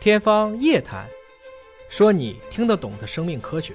天方夜谭，说你听得懂的生命科学。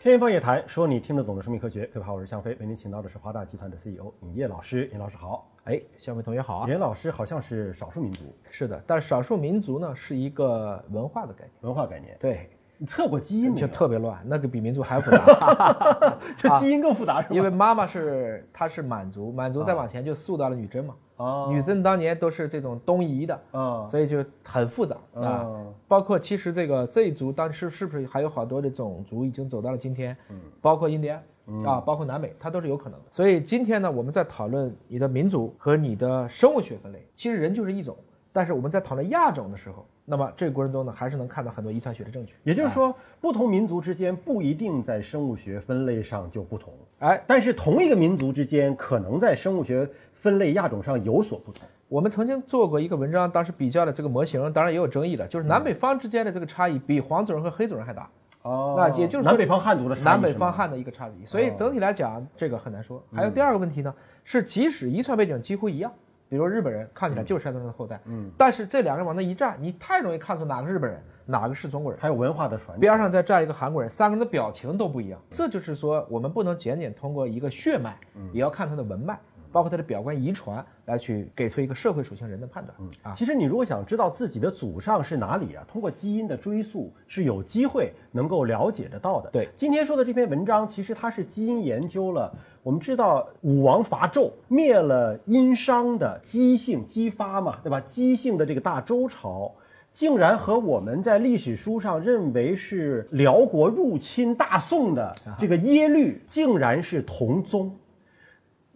天方夜谭，说你听得懂的生命科学。各位好，我是向飞，为您请到的是华大集团的 CEO 尹烨老师。尹老师好，哎，小伟同学好啊！尹老师好像是少数民族是的，但是少数民族呢是一个文化的概念，文化概念，对，你测过基因没就有？特别乱，那个比民族还复 杂， 这基因更复杂是啊吧？因为妈妈是她是满族，满族再往前就塑造了女真嘛，啊，女真当年都是这种东夷的，啊所以就很复杂啊。啊包括其实这个这一族当时是不是还有好多的种族已经走到了今天，嗯，包括印第安。嗯啊，包括南美，它都是有可能的。所以今天呢，我们在讨论你的民族和你的生物学分类，其实人就是一种。但是我们在讨论亚种的时候，那么这个过程中呢，还是能看到很多遗传学的证据。也就是说，不同民族之间不一定在生物学分类上就不同，哎，但是同一个民族之间可能在生物学分类亚种上有所不同。我们曾经做过一个文章，当时比较的这个模型，当然也有争议的，就是嗯南北方之间的这个差异比黄种人和黑种人还大。哦那啊也就是说南北方汉呃族的差异南北是吗哦方嗯汉的一个差异。所以整体来讲，这个很难说。还有第二个问题呢，是即使遗传背景几乎一样，比如日本人看起来就是山东人的后代，嗯，但是这两个人往那一站，你太容易看出哪个是日本人，哪个是中国人。还有文化的传承。边上再站一个韩国人，三个人的表情都不一样。嗯这就是说，我们不能仅仅通过一个血脉，也要看他的文脉，包括他的表观遗传，来去给出一个社会属性人的判断。啊。其实你如果想知道自己的祖上是哪里啊，通过基因的追溯是有机会能够了解得到的。对，今天说的这篇文章，其实它是基因研究了。我们知道武王伐纣灭了殷商的姬姓姬发嘛，对吧？姬姓的这个大周朝。竟然和我们在历史书上认为是辽国入侵大宋的这个耶律，竟然是同宗。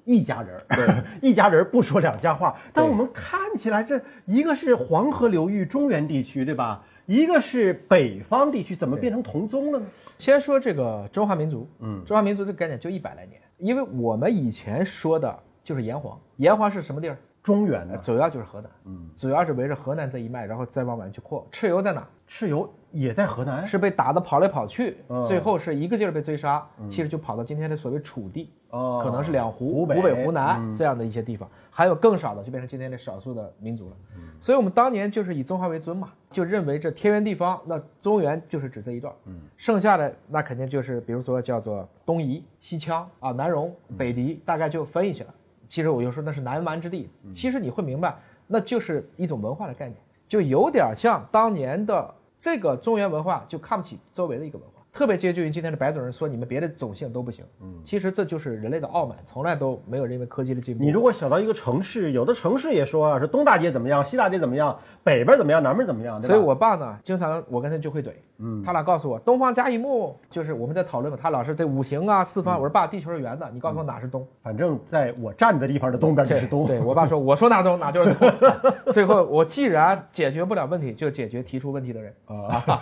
一家人儿， 一家人儿不说两家话。但我们看起来，这一个是黄河流域中原地区，对吧？一个是北方地区，怎么变成同宗了呢？先说这个中华民族，嗯，中华民族这个概念就一百来年，因为我们以前说的就是炎黄，炎黄是什么地儿？中原呢？主要就是河南，嗯，主要是围着河南这一脉，然后再往外去扩。蚩尤在哪？蚩尤也在河南是被打得跑来跑去，嗯最后是一个劲儿被追杀，其实就跑到今天的所谓楚地，哦可能是两湖、湖北嗯湖南、这样的一些地方，还有更少的就变成今天的少数的民族了。嗯所以我们当年就是以中华为尊嘛，就认为这天圆地方，那中原就是指这一段，嗯剩下的那肯定就是比如说叫做东夷、西羌啊、南戎、嗯北狄，大概就分一下了。其实我就说那是南蛮之地，嗯其实你会明白，那就是一种文化的概念，就有点像当年的这个中原文化就看不起周围的一个文化，特别接近于今天的白种人说你们别的种姓都不行。嗯，其实这就是人类的傲慢，从来都没有因为科技的进步。你如果小到一个城市，有的城市也说啊，说东大街怎么样，西大街怎么样，北边怎么样，南边怎么样，对吧？所以我爸呢，经常我跟他就会怼，嗯，他老告诉我东方甲乙木，就是我们在讨论嘛，他老是这五行啊四方，嗯我说爸，地球是圆的，你告诉我哪是东。反正在我站的地方的东边就是东。 对我爸说，我说哪中哪就是中。最后我既然解决不了问题，就解决提出问题的人啊。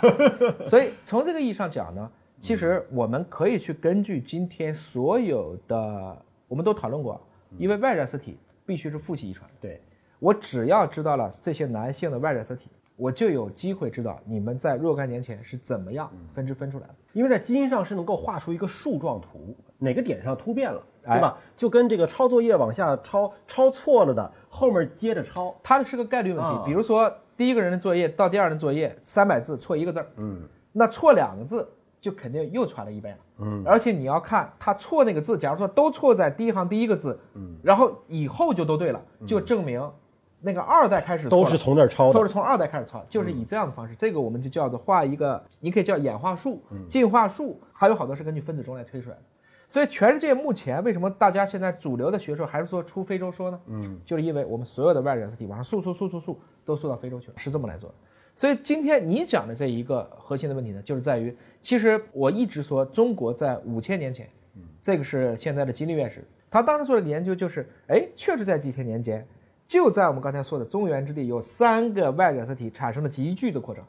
所以从这个意义上讲呢，其实我们可以去根据今天所有的，我们都讨论过，啊嗯因为外染色体必须是父系遗传。对，我只要知道了这些男性的外染色体，我就有机会知道你们在若干年前是怎么样嗯分支分出来的。因为在基因上是能够画出一个树状图，哪个点上突变了，哎对吧？就跟这个抄作业往下抄，抄错了的后面接着抄。它是个概率问题。啊比如说第一个人的作业到第二人作业三百字错一个字儿，嗯，那错两个字就肯定又传了一倍了，嗯，而且你要看他错那个字，假如说都错在第一行第一个字，嗯，然后以后就都对了，就证明那个二代开始错都了是从那儿抄都的。是从二代开始抄，就是以这样的方式，这个我们就叫做画一个，你可以叫演化树、进化树，还有好多是根据分子钟来推出来的。所以全世界目前为什么大家现在主流的学说还是说出非洲说呢？嗯，就是因为我们所有的外染色体往上溯溯溯溯溯都溯到非洲去了，是这么来做的。所以今天你讲的这一个核心的问题呢，就是在于，其实我一直说中国在五千年前，这个是现在的金立院士，他当时做了个研究，就是哎，确实在几千年间，就在我们刚才说的中原之地，有三个外染色体产生了急剧的扩张，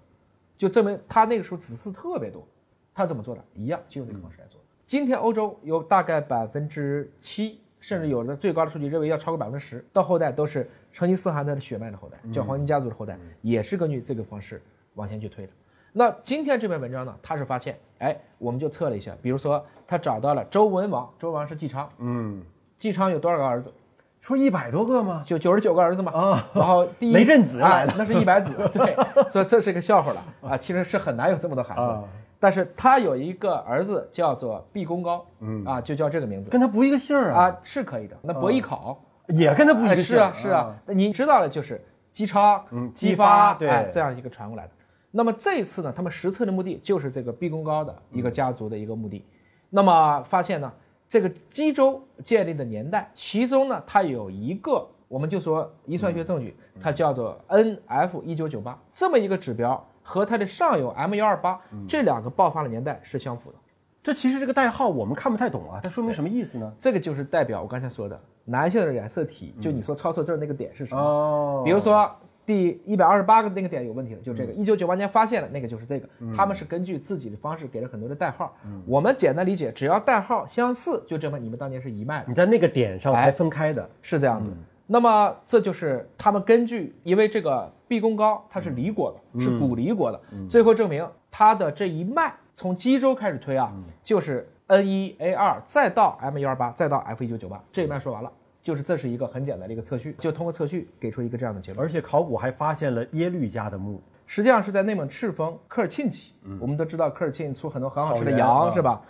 就证明他那个时候子嗣特别多。他怎么做的？一样就用这个方式来做。今天欧洲有大概百分之七，甚至有的最高的数据认为要超过百分之十，到后代都是成吉思汗的血脉的后代，叫黄金家族的后代，也是根据这个方式往前去推的。那今天这篇文章呢，他是发现，哎，我们就测了一下，比如说他找到了周文王，周文王是姬昌，嗯，姬昌有多少个儿子？说一百多个吗？九九十九个儿子嘛，啊然后第一雷震子啊来了，那是一 百子，对，所以这是个笑话了啊，其实是很难有这么多孩子啊，但是他有一个儿子叫做毕公高，嗯啊，就叫这个名字跟他不一个姓儿啊，啊，是可以的。那博弈考也跟他不一哎个是姓儿、啊是啊，那你知道了就是姬昌嗯、姬姬发，发对哎，这样一个传过来的。那么这次呢，他们实测的目的就是这个毕公高的一嗯个家族的一个目的。那么发现呢，这个姬州建立的年代，其中呢，它有一个，我们就说遗传学嗯证据，它叫做 N F 一九九八这么一个指标，和它的上游 M 幺二八嗯这两个爆发的年代是相符的。这其实这个代号我们看不太懂啊，它说明什么意思呢？这个就是代表我刚才说的男性的染色体，就嗯你说抄错字儿那个点是什么？哦，嗯比如说第一百二十八个那个点有问题了，就这个一九九八年发现了那个就是这个，他们是根据自己的方式给了很多的代号。我们简单理解，只要代号相似，就证明你们当年是一脉的，你在那个点上哎才分开的，是这样子。那么这就是他们根据，因为这个毕公高他是离国的，是古离国的，最后证明他的这一脉从姬州开始推啊，就是 N 一 A 二再到 M E 幺二八再到 F 一九九八这一脉说完了，就是这是一个很简单的一个测序，就通过测序给出一个这样的结论。而且考古还发现了耶律家的墓，实际上是在内蒙赤峰科尔沁起。我们都知道科尔沁出很多很嗯好吃的草原羊，啊是吧？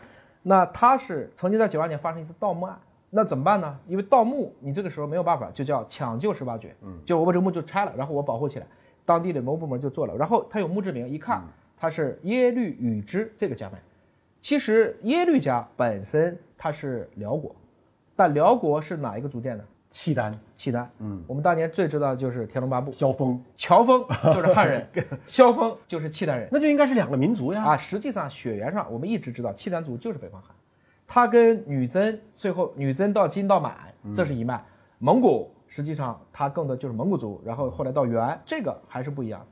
那它是曾经在九二年发生一次盗墓案，那怎么办呢？因为盗墓你这个时候没有办法，就叫抢救式挖掘，就我把这个墓就拆了，然后我保护起来，当地的某部门就做了，然后它有墓志铭，一看它是耶律禹之这个家脉。其实耶律家本身它是辽国，但辽国是哪一个族建呢？契丹、契丹。嗯，我们当年最知道的就是《天龙八部》。萧峰，乔峰就是汉人，萧峰就是契丹人那就应该是两个民族呀。啊。实际上血缘上，我们一直知道契丹族就是北方汉，他跟女真最后女真到金到满，这是一脉。蒙古实际上他更多就是蒙古族，然后后来到元，这个还是不一样。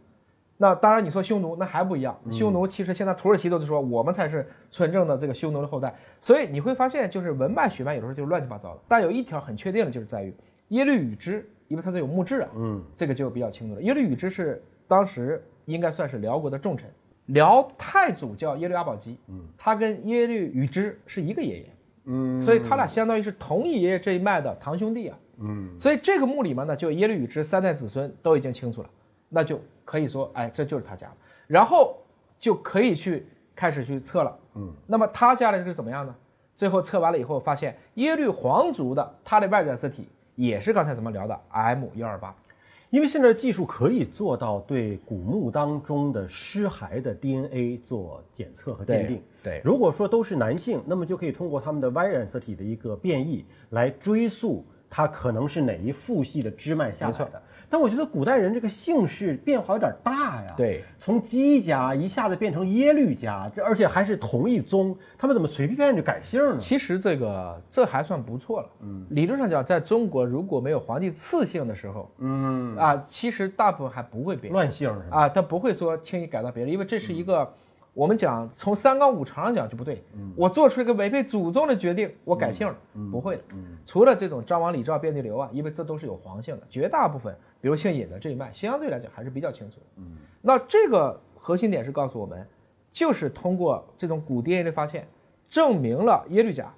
那当然，你说匈奴那还不一样，匈奴其实现在土耳其都是说我们才是纯正的这个匈奴的后代，所以你会发现就是文脉血脉有的时候就是乱七八糟的。但有一条很确定的就是在于耶律禹之，因为他这有墓志啊，嗯，这个就比较清楚了。耶律禹之是当时应该算是辽国的重臣，辽太祖叫耶律阿保机，嗯，他跟耶律禹之是一个爷爷，嗯，所以他俩相当于是同一爷爷这一脉的堂兄弟啊，嗯，所以这个墓里面呢，就耶律禹之三代子孙都已经清楚了，那就可以说，哎，这就是他家了，然后就可以去开始去测了，嗯，那么他家的是怎么样呢？最后测完了以后，发现耶律皇族的他的外染色体也是刚才咱们聊的 M 幺二八，因为现在技术可以做到对古墓当中的尸骸的 DNA 做检测和鉴定。对对如果说都是男性，那么就可以通过他们的 Y 染色体的一个变异来追溯它可能是哪一父系的支脉下来没的。但我觉得古代人这个姓氏变化有点大呀。对，从姬家一下子变成耶律家，这而且还是同一宗，他们怎么随便就改姓呢？其实这个这还算不错了。嗯，理论上讲，在中国如果没有皇帝赐姓的时候，嗯，啊，其实大部分还不会变乱姓是吧？啊，他不会说轻易改到别人，因为这是一个、我们讲从三纲五常上讲就不对。我做出一个违背祖宗的决定，我改姓了，不会的。除了这种张王李赵遍地流啊，因为这都是有皇姓的，绝大部分，比如姓尹的这一脉，相对来讲还是比较清楚的。嗯，那这个核心点是告诉我们，就是通过这种古 DNA 的发现，证明了耶律家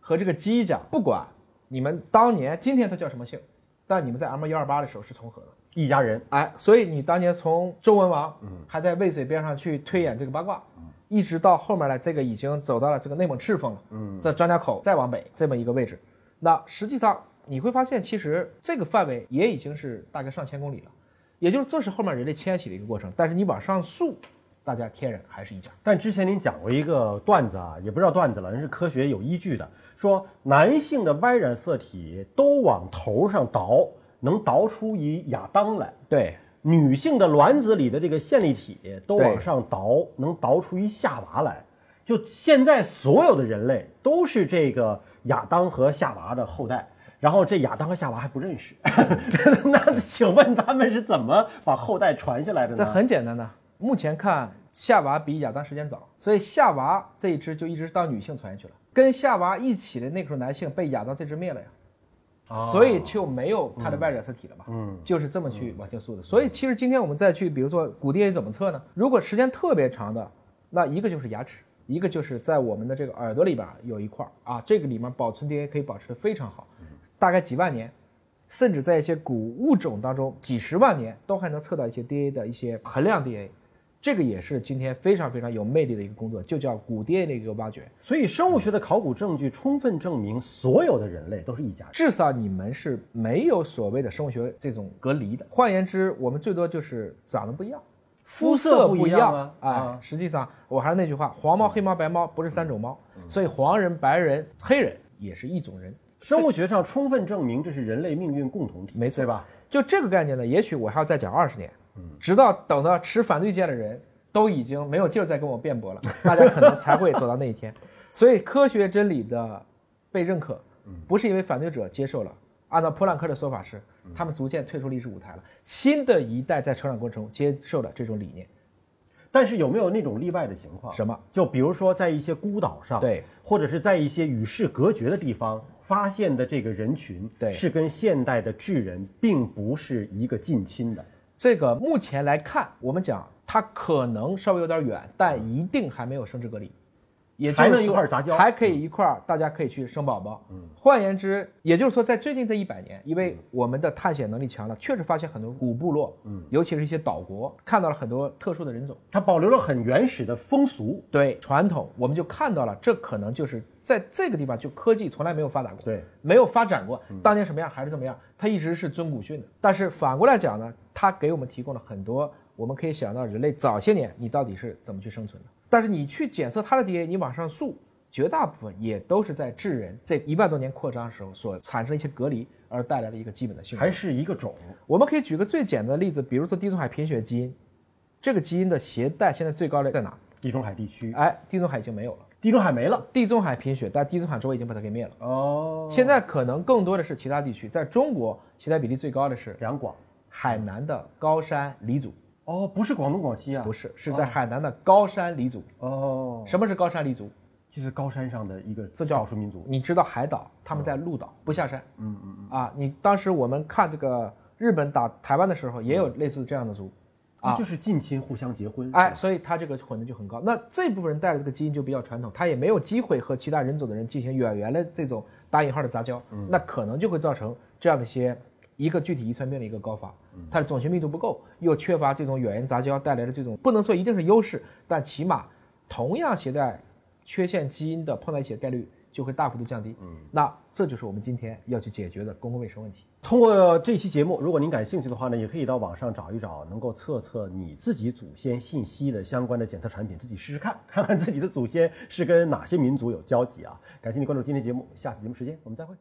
和这个姬家，不管你们当年今天他叫什么姓，但你们在 M 幺二八的时候是重合的。一家人。哎，所以你当年从周文王，还在渭水边上去推演这个八卦，一直到后面来，这个已经走到了这个内蒙赤峰了，嗯，在张家口再往北这么一个位置，那实际上你会发现，其实这个范围也已经是大概上千公里了，也就是这是后面人类迁徙的一个过程，但是你往上溯，大家天然还是一家。但之前您讲过一个段子啊，也不知道段子了，人是科学有依据的，说男性的 Y 染色体都往头上倒，能倒出一亚当来；对，女性的卵子里的这个线粒体都往上倒，能倒出一夏娃来。就现在所有的人类都是这个亚当和夏娃的后代。然后这亚当和夏娃还不认识， 那请问他们是怎么把后代传下来的这呢？很简单的。目前看，夏娃比亚当时间早，所以夏娃这一支就一直到女性传下去了。跟夏娃一起的那个时候，男性被亚当这支灭了呀，所以就没有他的外染色体了嘛。哦嗯，就是这么去往前溯的。所以其实今天我们再去，比如说古 DNA 怎么测呢？如果时间特别长的，那一个就是牙齿，一个就是在我们的这个耳朵里边有一块儿啊，这个里面保存 DNA 可以保持的非常好，大概几万年。甚至在一些古物种当中，几十万年都还能测到一些 DNA 的一些衡量 DNA，这个也是今天非常非常有魅力的一个工作，就叫古 DNA 的一个挖掘。所以生物学的考古证据充分证明，所有的人类都是一家人。至少你们是没有所谓的生物学这种隔离的。换言之，我们最多就是长得不一样，肤色色不不一样样啊嗯哎、啊实际上我还是那句话，黄猫、黑猫、白猫不是三种猫，嗯所以黄人、白人、黑人也是一种人。生物学上充分证明这是人类命运共同体，没错对吧？就这个概念呢，也许我还要再讲二十年，嗯直到等到持反对意见的人都已经没有劲儿再跟我辩驳了， 大家可能才会走到那一天。所以科学真理的被认可，嗯不是因为反对者接受了，按照普朗克的说法是，嗯他们逐渐退出历史舞台了，新的一代在成长过程中接受了这种理念。但是有没有那种例外的情况？什么？就比如说在一些孤岛上，对，或者是在一些与世隔绝的地方发现的这个人群，对是跟现代的智人并不是一个近亲的。这个目前来看，我们讲它可能稍微有点远，但一定还没有生殖隔离，也就是还能说一块儿杂交还可以一块儿，大家可以去生宝宝。换言之，也就是说，在最近这一百年，因为我们的探险能力强了，确实发现很多古部落，嗯尤其是一些岛国，看到了很多特殊的人种。它保留了很原始的风俗，对传统，我们就看到了，这可能就是在这个地方，就科技从来没有发达过，对，没有发展过，当年什么样还是这么样，它一直是遵古训的。但是反过来讲呢，它给我们提供了很多，我们可以想到人类早些年你到底是怎么去生存的。但是你去检测它的 DNA，你往上溯，绝大部分也都是在智人这一万多年扩张的时候所产生一些隔离而带来的一个基本的性格。还是一个种。我们可以举个最简单的例子，比如说地中海贫血基因，这个基因的携带现在最高的在哪？地中海地区，哎，地中海已经没有了。地中海没了。地中海贫血，但地中海周围已经把它给灭了。哦，现在可能更多的是其他地区，在中国携带比例最高的是两广。海南的高山黎族，哦，不是广东广西啊，不是，是在海南的高山黎族。哦，什么是高山黎族？就是高山上的一个这叫少数民族。你知道海岛，他们在陆岛不下山。嗯嗯，啊，你当时我们看这个日本打台湾的时候，也有类似这样的族。那就是近亲互相结婚。啊哎，所以他这个混的就很高。那这部分人带的这个基因就比较传统，他也没有机会和其他人种的人进行远缘的这种打引号的杂交，那可能就会造成这样的一些一个具体遗传病的一个高发，它的种群密度不够，又缺乏这种远缘杂交带来的这种不能说一定是优势，但起码同样携带缺陷基因的碰在一起的概率就会大幅度降低。嗯，那这就是我们今天要去解决的公共卫生问题。通过这期节目，如果您感兴趣的话呢，也可以到网上找一找能够测测你自己祖先信息的相关的检测产品，自己试试看， 看看自己的祖先是跟哪些民族有交集啊。感谢你关注今天节目，下次节目时间我们再会。